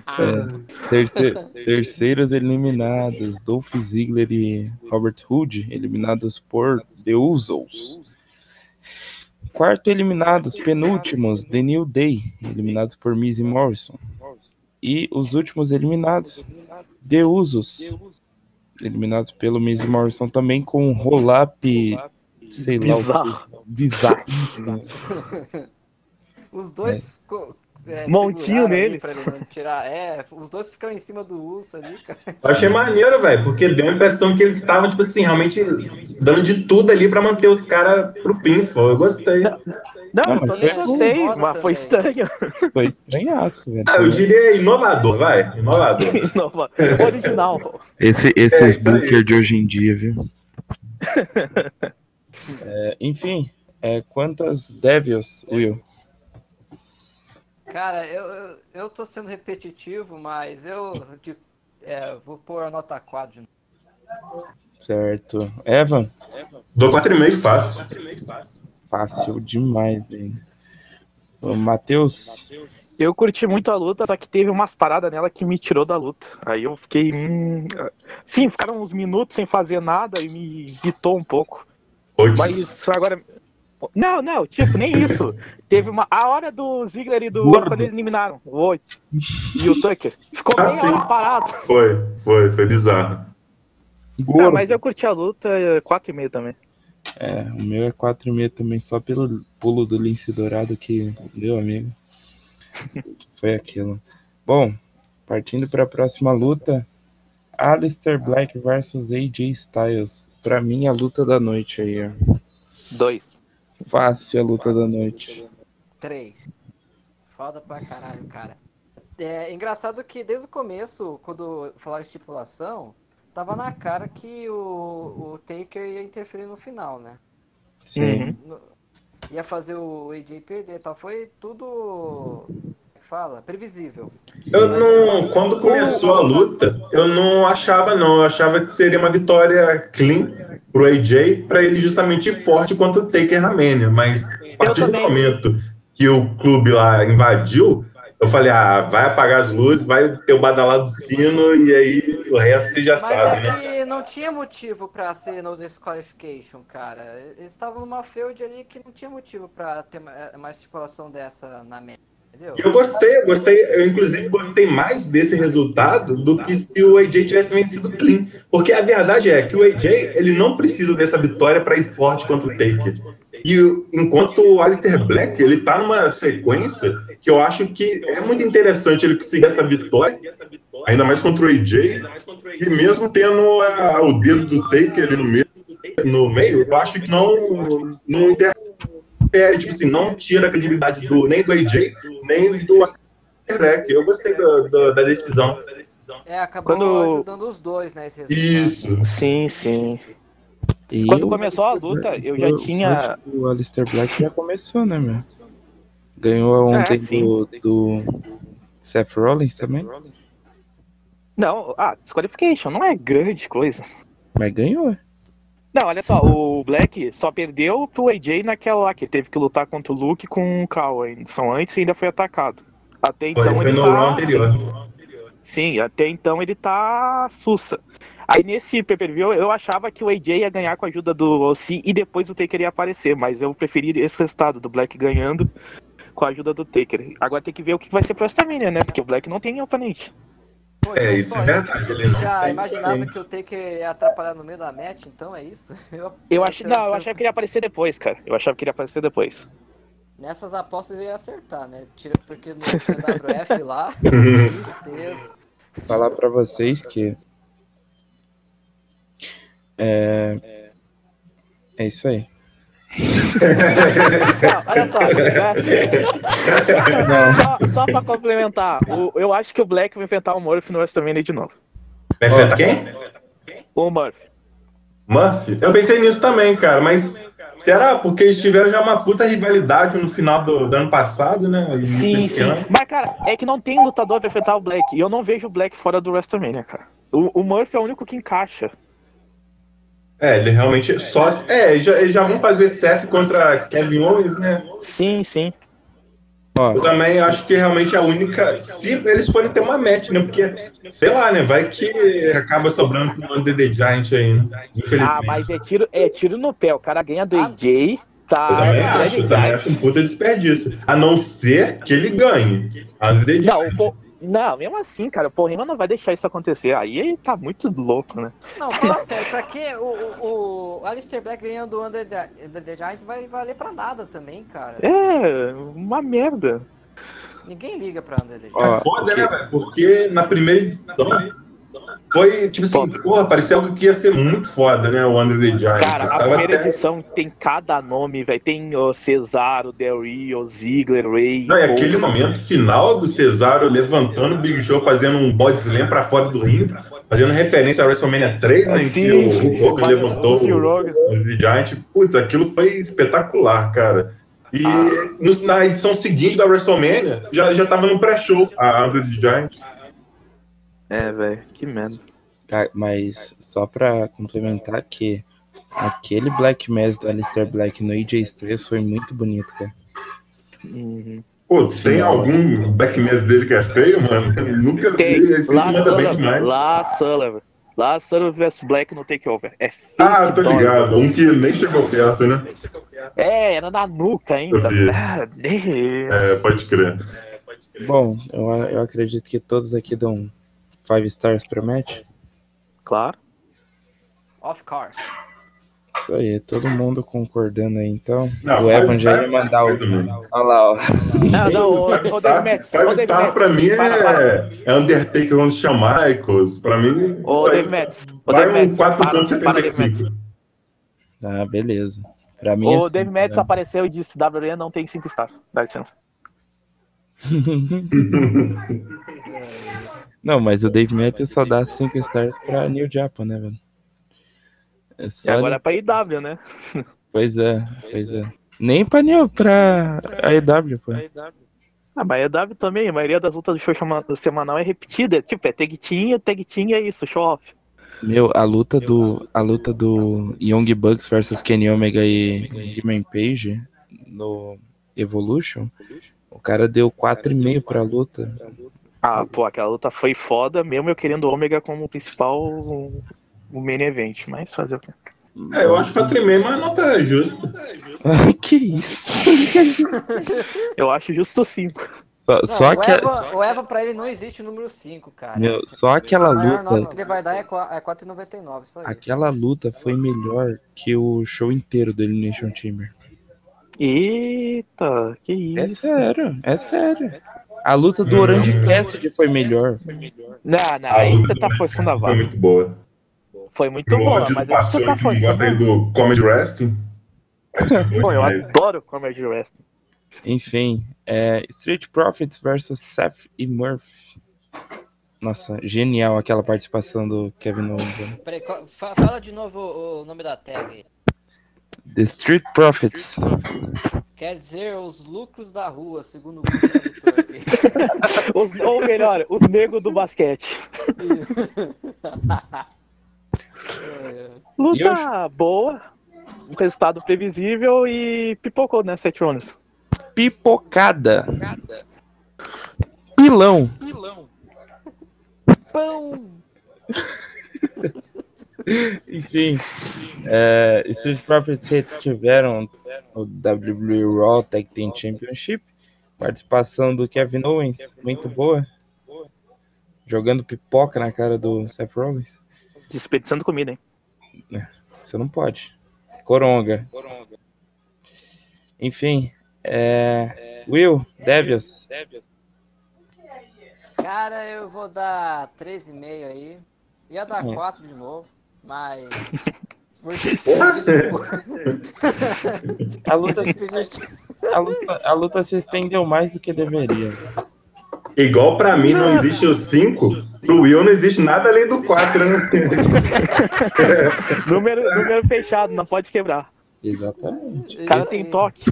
Speaker 1: É, terce- terceiros eliminados, Dolph Ziggler e Robert Hood, eliminados por The Usos. Quarto eliminados, penúltimos, The New Day, eliminados por Miz e Morrison. E os últimos eliminados, The Usos, eliminados pelo Miz e Morrison também com um roll-up, sei lá,
Speaker 4: Bizarro.
Speaker 1: o que, bizarro.
Speaker 2: Os dois ficou. É,
Speaker 4: Montinho
Speaker 2: seguraram ali
Speaker 4: nele.
Speaker 2: Pra ele não tirar. É, os dois ficam em cima do urso ali, cara.
Speaker 3: Eu achei maneiro, velho, porque deu a impressão que eles estavam, tipo assim, realmente dando de tudo ali pra manter os caras pro pinfo. Eu gostei. Ah,
Speaker 4: Não,
Speaker 1: Não,
Speaker 4: eu
Speaker 1: mas
Speaker 4: nem
Speaker 2: foi-
Speaker 4: gostei,
Speaker 2: Foda
Speaker 4: mas
Speaker 2: também.
Speaker 4: foi estranho.
Speaker 1: Foi estranhaço, velho.
Speaker 3: Ah, eu diria inovador, vai. Inovador.
Speaker 4: Nova. Original.
Speaker 1: Esse, esses
Speaker 3: É, isso aí.
Speaker 1: bunker de hoje em dia, viu? É, enfim, é, quantas devils, Will?
Speaker 2: Cara, eu, eu, eu tô sendo repetitivo, mas eu de- é, vou pôr a nota 4 de novo.
Speaker 1: Certo. Evan?
Speaker 3: Dou 4,5 fácil.
Speaker 1: Fácil demais, hein? Matheus.
Speaker 4: Eu curti muito a luta, só que teve umas paradas nela que me tirou da luta. Aí eu fiquei. hum, Sim, ficaram uns minutos sem fazer nada e me irritou um pouco.
Speaker 3: Hoje,
Speaker 4: Mas agora. Não, não, tipo, nem isso. Teve uma. A hora do Ziggler e do.
Speaker 1: Gordo.
Speaker 4: Quando eles eliminaram o 8 e o Tucker. Ficou
Speaker 3: Ah,
Speaker 4: meia
Speaker 1: Assim.
Speaker 3: sim.
Speaker 4: hora parado.
Speaker 3: foi, foi, foi bizarro.
Speaker 4: Ah,
Speaker 1: Gordo.
Speaker 4: mas eu curti a luta 4,5 também.
Speaker 1: É, o meu é 4,5 também, só pelo pulo do lince dourado que, meu amigo, foi aquilo. Bom, partindo para a próxima luta, Alistair Black versus AJ Styles. Para mim, a luta da noite aí, ó.
Speaker 4: 2.
Speaker 1: Fácil a luta da noite.
Speaker 2: Três. Foda pra caralho, cara. É engraçado que desde o começo, quando falaram estipulação, tava na cara que o, o Taker ia interferir no final, né?
Speaker 1: Sim.
Speaker 4: Uhum.
Speaker 2: Ia fazer o AJ perder e tal. Foi tudo. como é que Fala, previsível.
Speaker 3: Eu não. Quando começou a luta, eu não achava, não. Eu achava que seria uma vitória clean pro AJ, pra ele justamente ir forte contra o Taker na Mania. Mas a partir do
Speaker 4: também.
Speaker 3: momento que o clube lá invadiu, eu falei, ah, vai apagar as luzes, vai ter o badalado do sino, e aí o resto você já
Speaker 2: Mas
Speaker 3: sabe, né?
Speaker 2: é que não tinha motivo pra ser no disqualification, cara. Eles estavam numa field ali que não tinha motivo pra ter ma- eh, mais estipulação dessa na média, entendeu?
Speaker 3: Eu gostei, eu gostei, eu inclusive gostei mais desse resultado do que se o AJ tivesse vencido clean. Porque a verdade é que o AJ, ele não precisa dessa vitória para ir forte contra o Taker. E o- enquanto o Alistair Black, ele tá numa sequência que eu acho que é muito interessante ele conseguir essa vitória, ainda mais contra o AJ, e mesmo tendo a- o dedo do Taker ali no meio, no meio, eu acho que não, não interfere, tipo assim, não tira a credibilidade do, nem do AJ, nem do Black. Eu gostei da, da- da decisão.
Speaker 2: É, acabou
Speaker 4: Quando-
Speaker 2: ajudando os dois, né, esse resultado.
Speaker 3: Isso.
Speaker 4: Sim, sim.
Speaker 1: E
Speaker 4: Quando
Speaker 1: o
Speaker 4: começou a
Speaker 1: Aleister
Speaker 4: luta,
Speaker 1: Black-
Speaker 4: eu já
Speaker 1: eu
Speaker 4: tinha-
Speaker 1: acho que O Alistair Black já começou, né, meu? Ganhou ontem
Speaker 4: É, sim.
Speaker 1: do, do Seth Rollins também,
Speaker 4: Não, ah, disqualification não é grande coisa.
Speaker 1: mas ganhou. é.
Speaker 4: Não, olha só, o Black só perdeu pro AJ naquela lá, que ele teve que lutar contra o Luke com o Cal ainda. São antes e ainda foi atacado. Até então
Speaker 3: Foi,
Speaker 4: ele
Speaker 3: foi no
Speaker 4: tá-
Speaker 3: round anterior.
Speaker 4: Sim, até então ele tá sussa. Aí nesse pay-per-view eu achava que o AJ ia ganhar com a ajuda do OC e depois o Taker ia aparecer, mas eu preferi esse resultado do Black ganhando com a ajuda do Taker. Agora tem que ver o que vai ser pro Estamina, né? Porque o Black não tem oponente.
Speaker 2: Pô,
Speaker 3: É,
Speaker 2: então
Speaker 3: isso
Speaker 2: só
Speaker 3: é
Speaker 4: né?
Speaker 3: verdade. Ele
Speaker 2: Eu
Speaker 3: não
Speaker 1: Tá
Speaker 2: já
Speaker 3: tem
Speaker 2: imaginava
Speaker 3: diferente.
Speaker 2: que o Taker ia atrapalhar no meio da match, então é isso? Eu,
Speaker 4: Eu acho, não, eu
Speaker 2: eu-
Speaker 4: achava que ele ia aparecer depois, cara. Eu achava que ele ia aparecer depois.
Speaker 2: Nessas apostas eu ia acertar, né? Tira porque no PWF lá, tristeza.
Speaker 1: falar pra vocês que é é isso aí.
Speaker 4: Não, olha só, só, só pra complementar, o- eu acho que o Black vai enfrentar o Murphy no WrestleMania de novo.
Speaker 3: Vai enfrentar quem?
Speaker 4: O Murphy.
Speaker 3: Murphy? Eu pensei nisso também, cara, mas será? Porque eles tiveram já uma puta rivalidade no final do, do ano passado, né? E início
Speaker 4: Sim,
Speaker 3: desse
Speaker 4: sim.
Speaker 3: ano.
Speaker 4: Mas, cara, é que não tem lutador pra enfrentar o Black. E eu não vejo o Black fora do WrestleMania, cara. O, o Murphy é o único que encaixa.
Speaker 3: É, ele realmente só. É, já, eles já vão fazer Seth contra Kevin Owens, né?
Speaker 4: Sim, sim.
Speaker 1: Ó,
Speaker 3: Eu também acho que realmente é a única. Se eles forem ter uma match, né? Porque, sei lá, né? Vai que acaba sobrando pro um DD Giant aí, né? Infelizmente.
Speaker 4: Ah, mas é tiro, é tiro no pé. O cara ganha do
Speaker 2: Ah.
Speaker 4: AJ, tá?
Speaker 3: Eu também
Speaker 4: é
Speaker 3: acho, eu
Speaker 4: grande
Speaker 3: também
Speaker 4: guy.
Speaker 3: acho um puta desperdício. A não ser que ele ganhe. A DD
Speaker 4: Não, o Paul- não, mesmo assim, cara, o Paul Heyman não vai deixar isso acontecer. Aí ele tá muito louco, né?
Speaker 2: Não, fala sério, pra que o, o, o Alistair Black ganhando o Under the, Under the Giant vai valer pra nada também, cara.
Speaker 4: É, uma merda.
Speaker 2: Ninguém liga pra Under the Giant.
Speaker 1: ó,
Speaker 3: foda, né, velho? Porque na primeira edição foi, tipo assim,
Speaker 4: Foda.
Speaker 3: porra, parecia algo que ia ser muito foda, né? O Under the Giant.
Speaker 4: Cara, a
Speaker 3: Tava
Speaker 4: primeira
Speaker 3: até-
Speaker 4: edição tem cada nome, velho. Tem o Cesaro, Del Rio, Ziggler, Ray.
Speaker 3: Não, e
Speaker 4: Paul.
Speaker 3: aquele momento final do Cesaro levantando o Big Show, fazendo um body slam pra fora do ringue, fazendo referência à WrestleMania 3, né, em que o Hulk Hogan
Speaker 4: Mas
Speaker 3: levantou
Speaker 4: o Hulk
Speaker 3: o
Speaker 4: Hogan-
Speaker 3: The Giant. Putz, aquilo foi espetacular, cara. E
Speaker 4: Ah.
Speaker 3: no- na edição seguinte da WrestleMania, já, já tava no pré-show a Andrew the Giant.
Speaker 4: É, velho, que merda.
Speaker 1: ca- mas só pra complementar que aquele Black Mass do Alistair Black no AJ Styles foi muito bonito, cara.
Speaker 4: Uhum.
Speaker 3: Pô, tem algum backmess dele que é feio, mano? Eu nunca
Speaker 4: Tem.
Speaker 3: vi, ele sempre
Speaker 4: Lá
Speaker 3: manda é bem
Speaker 4: Sullivan.
Speaker 3: demais.
Speaker 4: Lá Sullivan. Lá Sullivan vs Black no Takeover. É feio
Speaker 3: Ah,
Speaker 4: que
Speaker 3: tô
Speaker 4: dói.
Speaker 3: ligado. Um que nem chegou perto, né?
Speaker 4: É, era na nuca ainda.
Speaker 3: Eu vi.
Speaker 4: Ah, né.
Speaker 3: É, pode crer.
Speaker 1: Bom, eu, eu acredito que todos aqui dão 5 stars pra match.
Speaker 4: Claro.
Speaker 2: Of course.
Speaker 1: Isso aí, todo mundo concordando aí, então.
Speaker 3: Não,
Speaker 1: o
Speaker 3: five
Speaker 1: Evan já
Speaker 3: star
Speaker 1: ia
Speaker 3: é
Speaker 1: mandar o.
Speaker 3: coisa, mano.
Speaker 1: Olha lá, ó.
Speaker 4: Não, não, ô, ô,
Speaker 3: Five
Speaker 4: Dave
Speaker 3: Star,
Speaker 4: Metz, ô,
Speaker 3: Five
Speaker 4: Dave
Speaker 3: Star
Speaker 4: Metz,
Speaker 3: pra mim
Speaker 4: para, para.
Speaker 3: é, é Undertaker contra Chamaicos. Pra mim,
Speaker 4: Ô,
Speaker 3: isso aí
Speaker 4: Dave Metz, ô,
Speaker 3: vai
Speaker 4: Dave
Speaker 3: um
Speaker 4: Metz, para, para, Dave
Speaker 3: 4.75.
Speaker 1: Ah, beleza. Pra mim. é
Speaker 4: O
Speaker 1: cinco,
Speaker 4: Dave Metz
Speaker 1: né?
Speaker 4: apareceu e disse: WWE não tem 5 stars. Dá licença.
Speaker 1: Não, mas o Dave Matthews só dá 5 stars pra New Japan, né, velho? É
Speaker 4: E
Speaker 1: só...
Speaker 4: agora é pra IW, né?
Speaker 1: Pois é, pois é. Nem pra, New, pra AEW, pô.
Speaker 4: Ah, mas a IW também, a maioria das lutas do show chama- semanal é repetida. Tipo, é tag team, é tag team, é isso, show off.
Speaker 1: Meu, a luta do, a luta do Young Bucks versus Kenny Omega e Gimman Page no Evolution, o cara deu 4,5 pra luta.
Speaker 4: Ah, pô, aquela luta foi foda, mesmo eu querendo o Ômega como principal o main event, mas fazer o quê?
Speaker 3: É, eu acho 4,5, mas não tá justo.
Speaker 1: Ah, que isso?
Speaker 4: Eu acho justo 5.
Speaker 1: Só,
Speaker 2: Não, é
Speaker 1: só
Speaker 2: o,
Speaker 1: que,
Speaker 2: Eva, o Eva pra ele não existe o número 5, cara.
Speaker 1: meu, tá né? só aquela
Speaker 2: a maior nota
Speaker 1: luta,
Speaker 2: que ele vai dar é qua- é 4,99, só isso.
Speaker 1: aquela luta foi melhor que o show inteiro do Elimination Chamber.
Speaker 4: Eita, que
Speaker 1: É
Speaker 4: isso.
Speaker 1: sério, é sério. A luta do Orange Cassidy foi melhor.
Speaker 4: Não, não,
Speaker 3: A
Speaker 4: aí
Speaker 3: luta
Speaker 4: tu tá
Speaker 3: do
Speaker 4: forçando a
Speaker 3: Foi
Speaker 4: vaga.
Speaker 3: muito boa.
Speaker 4: Foi muito
Speaker 3: O
Speaker 4: boa,
Speaker 3: Rod
Speaker 4: mas aí
Speaker 3: passou
Speaker 4: tu tá
Speaker 3: que não gosta aí
Speaker 4: forçando.
Speaker 3: do Comedy Wrestling.
Speaker 4: Pô, eu
Speaker 3: Mas-
Speaker 4: adoro Comedy Wrestling.
Speaker 1: Enfim, é, Street Profits versus Seth e Murphy. Nossa, genial aquela participação do Kevin Owens. né?
Speaker 2: Peraí, qual- fa- fala de novo o, o nome da tag. aí.
Speaker 1: The Street Profits.
Speaker 2: Quer dizer, os lucros da rua, segundo o Google Tradutor aqui.
Speaker 4: Os- ou melhor, os negros do basquete.
Speaker 2: É,
Speaker 1: E eu
Speaker 4: Luta boa, um resultado previsível e pipocou, né, Seth Rollins?
Speaker 1: Pipocada. Pilão.
Speaker 2: Pão!
Speaker 1: Enfim, é, Street Profits retiveram o WWE Raw Tag Team Championship. Participação do Kevin Owens, muito boa. Jogando pipoca na cara do Seth Rollins.
Speaker 4: Desperdiçando comida, hein?
Speaker 1: Você não pode. Coronga. Enfim, é... Will, Devils.
Speaker 2: Cara, eu vou dar 3,5 aí. Ia dar
Speaker 1: É.
Speaker 2: 4 de novo, mas. Porque eles pediram desculpa.
Speaker 1: A luta,
Speaker 2: Eles pediram desculpa.
Speaker 1: a, luta, a luta se estendeu mais do que deveria.
Speaker 3: Igual pra mim não existe o 5, pro Will não existe nada além do 4, né?
Speaker 4: Número, número fechado, não pode quebrar.
Speaker 1: Exatamente.
Speaker 4: O cara
Speaker 2: Isso
Speaker 4: tem
Speaker 2: aí.
Speaker 4: toque.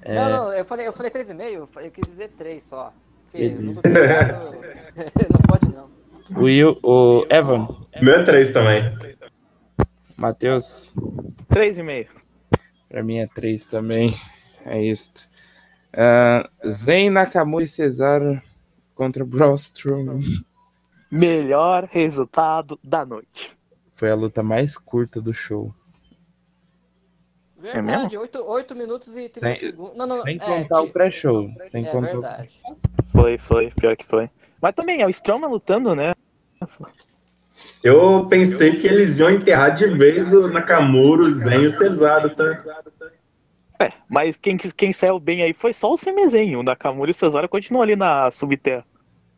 Speaker 1: É.
Speaker 2: Não, não, eu falei, eu falei 3,5, eu fa- eu quis dizer 3 só. Porque
Speaker 1: Beleza.
Speaker 2: lucro do mercado- não pode não.
Speaker 1: Will, o Evan,
Speaker 3: Meu é 3 também.
Speaker 1: Matheus,
Speaker 4: 3,5.
Speaker 1: pra mim é três também. É isso. Ah, Zen Nakamura e Cesaro contra Braun Strowman.
Speaker 4: Melhor resultado da noite.
Speaker 1: Foi a luta mais curta do show.
Speaker 2: Verdade, 8, minutos e 30
Speaker 1: É Sem-
Speaker 2: segundos. Não, não, não.
Speaker 1: Sem
Speaker 2: É,
Speaker 1: contar o
Speaker 2: ti-
Speaker 1: pré-show. Sem
Speaker 2: é
Speaker 1: contar o
Speaker 2: verdade.
Speaker 4: Foi, foi, pior que foi. Mas também é o Strowman lutando, né?
Speaker 3: Eu pensei que eles iam enterrar de vez o Nakamura, o Zen e o Cesaro, tá?
Speaker 4: É, mas quem, quem saiu bem aí foi só o Semezenho. O Nakamura e o Cesaro continuam ali na subterra.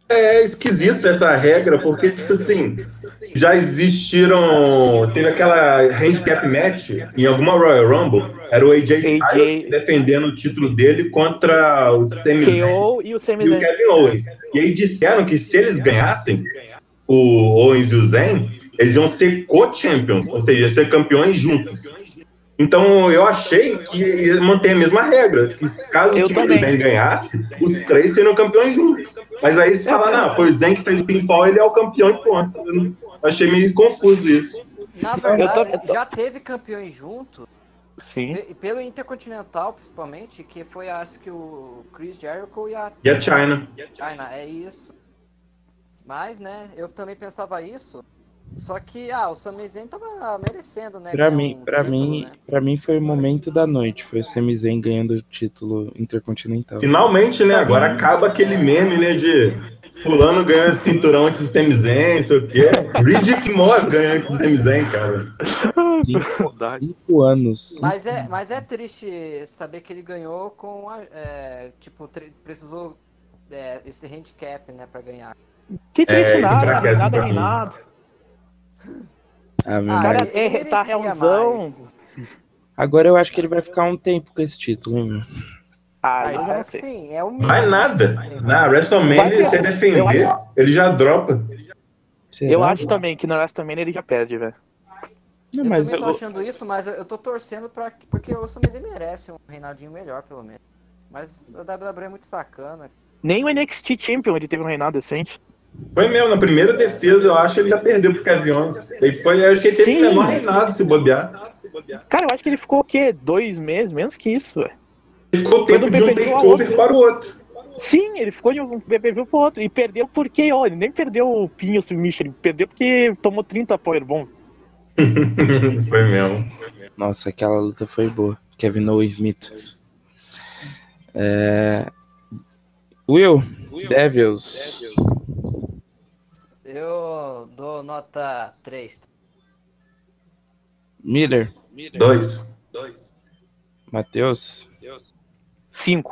Speaker 3: É esquisito essa regra, porque, tipo assim, já existiram. Teve aquela handicap match em alguma Royal Rumble. Era o AJ Styles
Speaker 4: AJ.
Speaker 3: defendendo o título dele contra o Sami Zayn
Speaker 4: KO e o
Speaker 3: e o
Speaker 4: Semezenho.
Speaker 3: Kevin Owens. E aí disseram que se eles ganhassem, o Owens e o Zayn, eles iam ser co-champions, ou seja, iam ser campeões juntos. Então eu achei que ia manter a mesma regra, que se caso o
Speaker 4: Eu
Speaker 3: time do
Speaker 4: também.
Speaker 3: Zen ganhasse, os três seriam campeões juntos. Mas aí se falar, não, foi o Zen que fez o pinfall, ele é o campeão e ponto. Eu não- achei meio confuso isso.
Speaker 2: Na verdade,
Speaker 4: tô- eu tô-
Speaker 2: já teve campeões juntos
Speaker 4: Sim.
Speaker 2: Pe- Pelo Intercontinental, principalmente, que foi, acho que o Chris Jericho e a
Speaker 3: E a China.
Speaker 2: China, é isso. Mas, né, eu também pensava isso. Só que, ah, o Sami Zayn tava merecendo, né?
Speaker 1: Pra
Speaker 2: ganhar
Speaker 1: mim,
Speaker 2: um
Speaker 1: pra
Speaker 2: título,
Speaker 1: mim,
Speaker 2: né?
Speaker 1: pra mim foi o momento da noite, foi o Sami Zayn ganhando o título intercontinental.
Speaker 3: Finalmente, né? Agora acaba aquele meme, né? De fulano ganha cinturão antes do Sami Zayn, sei o quê. Riddick Moss ganha antes do Sami Zayn, cara.
Speaker 4: Maldade.
Speaker 1: Cinco anos.
Speaker 2: Mas é, mas é triste saber que ele ganhou com. a- é, tipo, tre- precisou é, esse handicap, né, pra ganhar.
Speaker 4: Que triste
Speaker 3: isso
Speaker 4: nada,
Speaker 3: enfraquece um
Speaker 4: nada nem
Speaker 3: pouquinho.
Speaker 4: nada.
Speaker 1: Ah, meu
Speaker 2: Ah,
Speaker 1: Deus.
Speaker 4: cara
Speaker 2: ele-
Speaker 4: é-
Speaker 2: ele
Speaker 4: tá
Speaker 2: merecia
Speaker 4: realzão.
Speaker 2: mais.
Speaker 1: Agora eu acho que ele vai ficar um tempo com esse título, hein, meu?
Speaker 2: Ah,
Speaker 4: Ah, isso eu
Speaker 2: espero
Speaker 4: não
Speaker 2: que
Speaker 4: sei.
Speaker 2: sim, é o mínimo.
Speaker 3: Vai nada. Na
Speaker 4: Vai
Speaker 3: WrestleMania,
Speaker 4: que-
Speaker 3: se defender, ele já dropa.
Speaker 1: Será?
Speaker 2: né?
Speaker 4: Eu acho também que na WrestleMania ele já perde, velho.
Speaker 1: Não,
Speaker 2: Eu
Speaker 1: mas
Speaker 2: também tô
Speaker 4: eu-
Speaker 2: achando isso, mas eu- eu tô torcendo pra. que- Porque o Sami Zayn merece um Reinaldinho melhor, pelo menos. Mas a WWE é muito sacana.
Speaker 4: Nem o NXT Champion ele teve um reinado decente.
Speaker 3: Foi mesmo, na primeira defesa, eu acho, ele já perdeu pro Caviones. Ele foi, eu acho que ele teve
Speaker 4: Sim.
Speaker 3: o menor reinado se bobear.
Speaker 4: Cara, eu acho que ele ficou o quê? Dois meses? Menos que isso, velho.
Speaker 3: Ele ficou tempo de um
Speaker 4: perdeu a
Speaker 3: takeover
Speaker 4: outra.
Speaker 3: para o outro.
Speaker 4: Sim, ele ficou de um BBB pro outro. E perdeu porque, ó, ele nem perdeu o Pinho Submission, ele perdeu porque tomou 30 power bomb.
Speaker 3: foi mesmo.
Speaker 1: Nossa, aquela luta foi boa. Kevin Noe Smith. É... Will, Devils.
Speaker 2: Eu dou nota 3.
Speaker 1: Miller,
Speaker 3: Dois.
Speaker 1: Matheus.
Speaker 4: 5.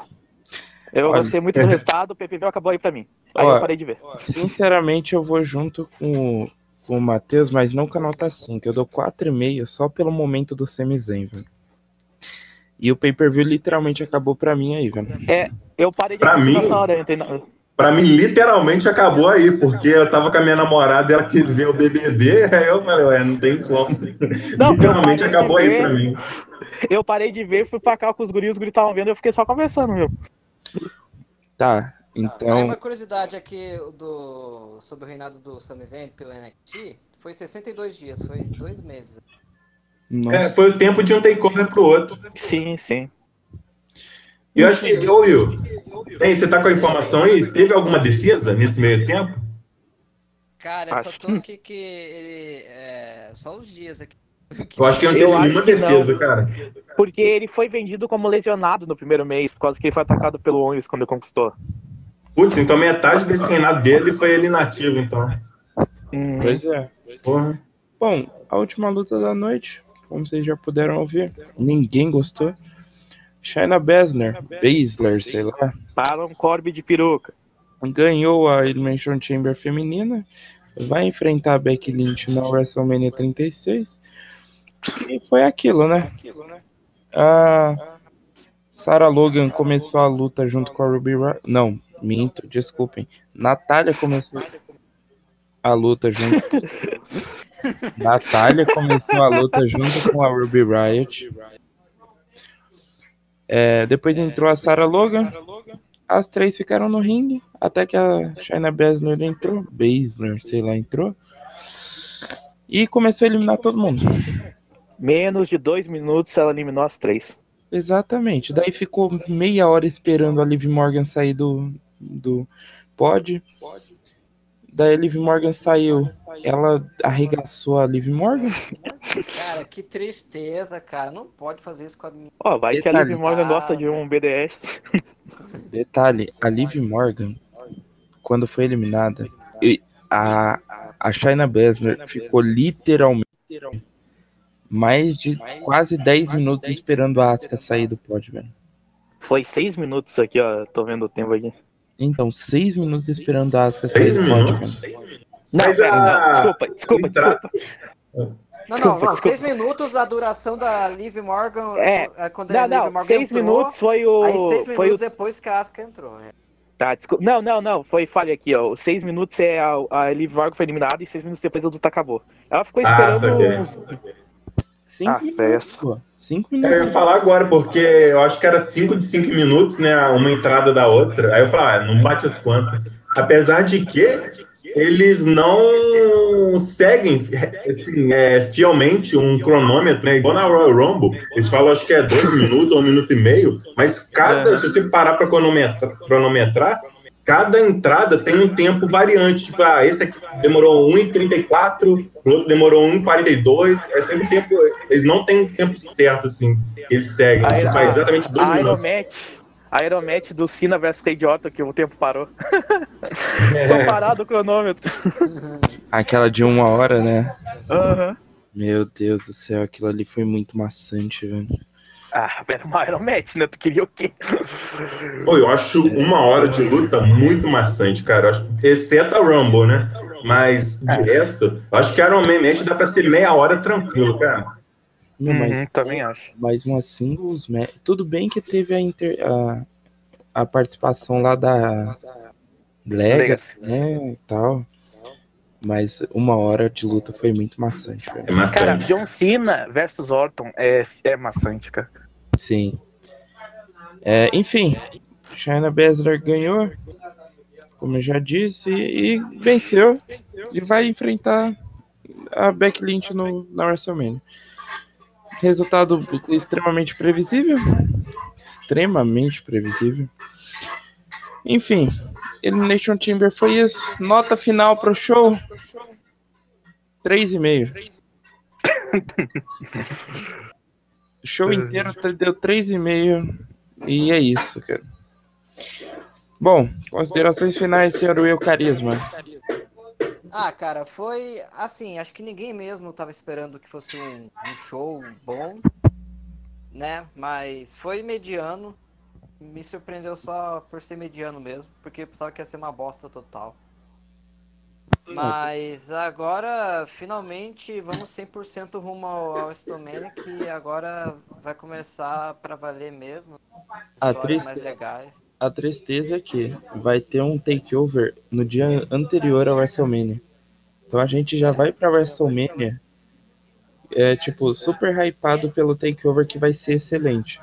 Speaker 4: Eu
Speaker 1: Olha.
Speaker 4: gostei muito do resultado, o PPV acabou aí pra mim. Aí
Speaker 1: Olha.
Speaker 4: eu parei de ver.
Speaker 1: Sinceramente, eu vou junto com, o- com o Matheus, mas não com a nota 5. Eu dou 4,5 só pelo momento do semizen, velho. E o pay-per-view literalmente acabou pra mim aí, velho.
Speaker 4: Eu parei de
Speaker 3: Pra
Speaker 4: assistir
Speaker 3: mim-
Speaker 4: nessa hora, eu entrei na...
Speaker 3: Pra mim, literalmente acabou aí, porque eu tava com a minha namorada e ela quis ver o BBB, aí eu falei, ué, não tem como.
Speaker 4: Não,
Speaker 3: literalmente
Speaker 4: eu parei de
Speaker 3: acabou aí
Speaker 4: ver.
Speaker 3: pra mim.
Speaker 4: Eu parei de ver, fui pra cá com os guris, os guris estavam vendo, eu fiquei só conversando, meu.
Speaker 1: Tá,
Speaker 2: Aí
Speaker 1: então.
Speaker 2: uma curiosidade aqui do... sobre o reinado do Sami Zayn pelo NXT foi 62 dias, foi dois meses.
Speaker 3: É,
Speaker 1: Nossa,
Speaker 3: foi o tempo de um takeover pro outro.
Speaker 4: Sim, sim.
Speaker 3: E eu acho que, ô Will, hein, você tá com a informação aí? Teve alguma defesa nesse meio tempo?
Speaker 2: Cara, eu só
Speaker 4: Acho
Speaker 2: tô aqui que ele. É... Só os dias aqui.
Speaker 3: Eu acho que não teve
Speaker 4: Eu acho
Speaker 3: nenhuma
Speaker 4: que não.
Speaker 3: defesa, cara.
Speaker 4: Porque ele foi vendido como lesionado no primeiro mês, por causa que ele foi atacado pelo ônibus quando ele conquistou.
Speaker 3: Putz, então metade desse reinado dele foi ele inativo, então.
Speaker 4: Hum,
Speaker 1: pois é.
Speaker 3: Porra.
Speaker 1: Bom, a última luta da noite, como vocês já puderam ouvir, ninguém gostou. Shayna Baszler, Baszler, sei lá,
Speaker 4: para um corbe de peruca.
Speaker 1: ganhou a Elimination Chamber feminina, vai enfrentar a Becky Lynch na WrestleMania 36. E foi aquilo, né? A Sarah Logan começou a luta junto com a Ruby Ra Não, minto, desculpem. Natália começou a luta junto. Natália começou a luta junto com a Ruby Riot. É, depois entrou a Sarah Logan. As três ficaram no ringue até que a Shayna Baszler entrou, Baszler, sei lá, entrou. E começou a eliminar todo mundo.
Speaker 4: Menos de dois minutos ela eliminou as três.
Speaker 1: Exatamente. Daí ficou meia hora esperando a Liv Morgan sair do, do pod. Daí a Liv Morgan saiu. Ela arregaçou a Liv Morgan.
Speaker 2: Cara, que tristeza, cara. Não pode fazer isso com a minha.
Speaker 4: Ó, vai que a
Speaker 1: Detalhe.
Speaker 4: Liv Morgan gosta de
Speaker 3: Ah.
Speaker 4: um BDS.
Speaker 1: Detalhe, a Liv Morgan, quando foi eliminada, e a, a Shayna Baszler ficou literalmente mais de quase 10 minutos esperando a Asuka sair do pod, velho.
Speaker 4: Foi seis minutos aqui, ó. Tô vendo o tempo aqui.
Speaker 1: Então, 6 minutos esperando a Asuka sair
Speaker 3: Seis
Speaker 1: do pod,
Speaker 3: minutos?
Speaker 1: velho.
Speaker 4: Não,
Speaker 3: Mas
Speaker 4: pera,
Speaker 3: a-
Speaker 4: não. Desculpa, desculpa,
Speaker 3: Entrada-
Speaker 4: desculpa.
Speaker 2: Não, não,
Speaker 4: Desculpa,
Speaker 2: não.
Speaker 4: desculpa.
Speaker 2: Seis minutos a duração da Liv Morgan.
Speaker 4: É.
Speaker 2: eh, Quando a
Speaker 4: Não,
Speaker 2: Liv
Speaker 4: não.
Speaker 2: Morgan
Speaker 4: Seis
Speaker 2: entrou,
Speaker 4: minutos foi o.
Speaker 2: Aí seis
Speaker 4: foi
Speaker 2: minutos
Speaker 4: o.
Speaker 2: depois que a Asuka entrou. né?
Speaker 4: Tá, desculpa. Não, não, não. Foi falha aqui, ó. Os Seis minutos é a, a Liv Morgan foi eliminada e seis minutos depois a luta acabou. Ela ficou
Speaker 3: Ah,
Speaker 4: esperando.
Speaker 3: saquei.
Speaker 1: 5
Speaker 4: Ah,
Speaker 1: minutos,
Speaker 4: festa.
Speaker 1: pô. 5
Speaker 3: Eu
Speaker 1: minutos.
Speaker 3: ia falar agora, porque eu acho que era 5 de 5 minutos, né? Uma entrada da outra. Aí eu falei, ah, não bate as quantas. Apesar de que eles não seguem assim, é, fielmente um cronômetro, né? Igual na Royal Rumble, eles falam acho que é dois minutos ou um minuto e meio, mas cada, se você parar para cronometrar, cronometrar, cada entrada tem um tempo variante. Tipo, ah, esse aqui demorou 1,34, o outro demorou 1,42. É sempre tempo. Eles não têm tempo certo, assim. Eles seguem.
Speaker 4: Aí,
Speaker 3: tipo,
Speaker 4: a-
Speaker 3: é exatamente dois
Speaker 4: a
Speaker 3: minutos.
Speaker 4: Aeromatch, a Aeromatch do Cena vs Cage Otto, que o tempo parou.
Speaker 3: É.
Speaker 4: Tô parado o cronômetro.
Speaker 1: Aquela de uma hora, né?
Speaker 4: Aham.
Speaker 1: Meu Deus do céu, aquilo ali foi muito maçante, velho.
Speaker 4: Ah, era uma Aeromatch, né? Tu queria o quê?
Speaker 3: Pô, eu acho uma hora de luta muito maçante, cara. Eu Acho, exceto a Rumble, né? Mas de
Speaker 4: É.
Speaker 3: resto, eu acho que Iron Man Match dá pra ser meia hora tranquilo, cara.
Speaker 1: Não, mas
Speaker 4: Uhum, também acho.
Speaker 1: mais uma singles match. Tudo bem que teve a, inter- a, a participação lá da Legacy,
Speaker 4: Legacy.
Speaker 1: né, e tal. Mas uma hora de luta foi muito maçante, velho.
Speaker 3: É
Speaker 4: Cara, um
Speaker 3: maçante.
Speaker 4: John Cena versus Orton é, é maçante, cara.
Speaker 1: Sim. É, enfim, China Baszler ganhou, como eu já disse, e, e venceu. E vai enfrentar a Beck Lynch no, na WrestleMania. Resultado extremamente previsível. Extremamente previsível. Enfim, Elimination Chamber foi isso. Nota final pro show: 3,5. O
Speaker 4: Uhum.
Speaker 1: show inteiro t- deu 3,5. E é isso, cara. Bom, considerações finais, senhor Will Carisma.
Speaker 2: Ah, cara, foi assim, acho que ninguém mesmo tava esperando que fosse um, um show bom, né? Mas foi mediano. Me surpreendeu só por ser mediano mesmo, porque eu pensava que ia ser uma bosta total. Mas agora, finalmente, vamos 100% rumo ao, ao Stomania, que agora vai começar pra valer mesmo.
Speaker 1: Ah,
Speaker 2: Histórias
Speaker 1: triste.
Speaker 2: mais legais.
Speaker 1: A tristeza é que vai ter um takeover no dia anterior ao WrestleMania. Então a gente já vai pra WrestleMania, é, tipo, super hypado pelo takeover que vai ser excelente.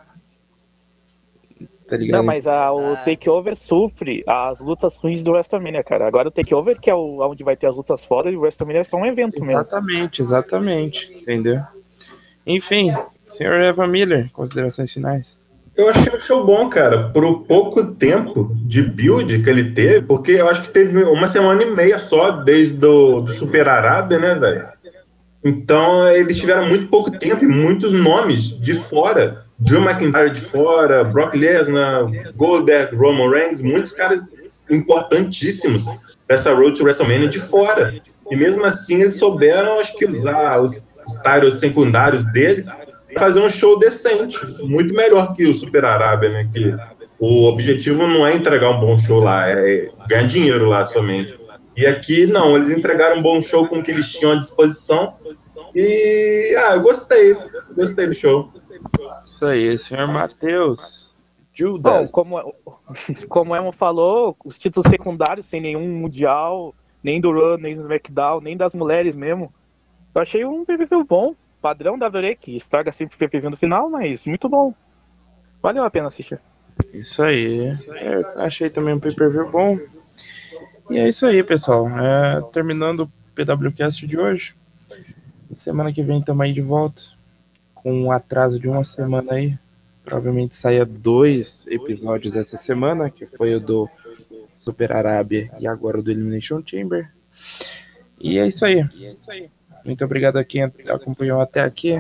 Speaker 1: Tá ligado?
Speaker 4: Não, mas a- o
Speaker 2: Ah.
Speaker 4: Takeover sofre as lutas ruins do WrestleMania, cara. Agora o Takeover, que é o, onde vai ter as lutas fora, e o WrestleMania é só um evento mesmo.
Speaker 1: Exatamente, exatamente. Entendeu? Enfim, senhor Evan Miller, considerações finais.
Speaker 3: Eu achei o show bom, cara, pro pouco tempo de build que ele teve, porque eu acho que teve uma semana e meia só desde do, do Super Arábia, né, velho? Então eles tiveram muito pouco tempo e muitos nomes de fora. Drew McIntyre de fora, Brock Lesnar, Goldberg, Roman Reigns, muitos caras importantíssimos dessa Road to WrestleMania de fora. E mesmo assim eles souberam, acho que, usar os, os titles secundários deles pra fazer um show decente, muito melhor que o Super Arábia, né? Que o objetivo não é entregar um bom show lá, é ganhar dinheiro lá somente. E aqui, não, eles entregaram um bom show com o que eles tinham à disposição. E, ah, eu gostei, gostei do show.
Speaker 1: Isso aí, senhor Matheus.
Speaker 4: Bom,
Speaker 1: Judas.
Speaker 4: como, como o Emo falou, os títulos secundários, sem nenhum mundial, nem do Run, nem do SmackDown, nem das mulheres mesmo. Eu achei um PPV bom, padrão da WWE, que estraga sempre o PPV no final, mas muito bom. Valeu a pena assistir.
Speaker 1: Isso aí. Eu achei também um pay-per-view bom. E é isso aí, pessoal. É, terminando o PWCast de hoje. Semana que vem estamos aí de volta. Com um atraso de uma semana aí. Provavelmente saia dois episódios essa semana, que foi o do Super Arábia e agora o do Elimination Chamber. E é isso aí. Muito obrigado a quem acompanhou até aqui.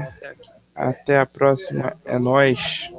Speaker 1: Até a próxima. É nóis.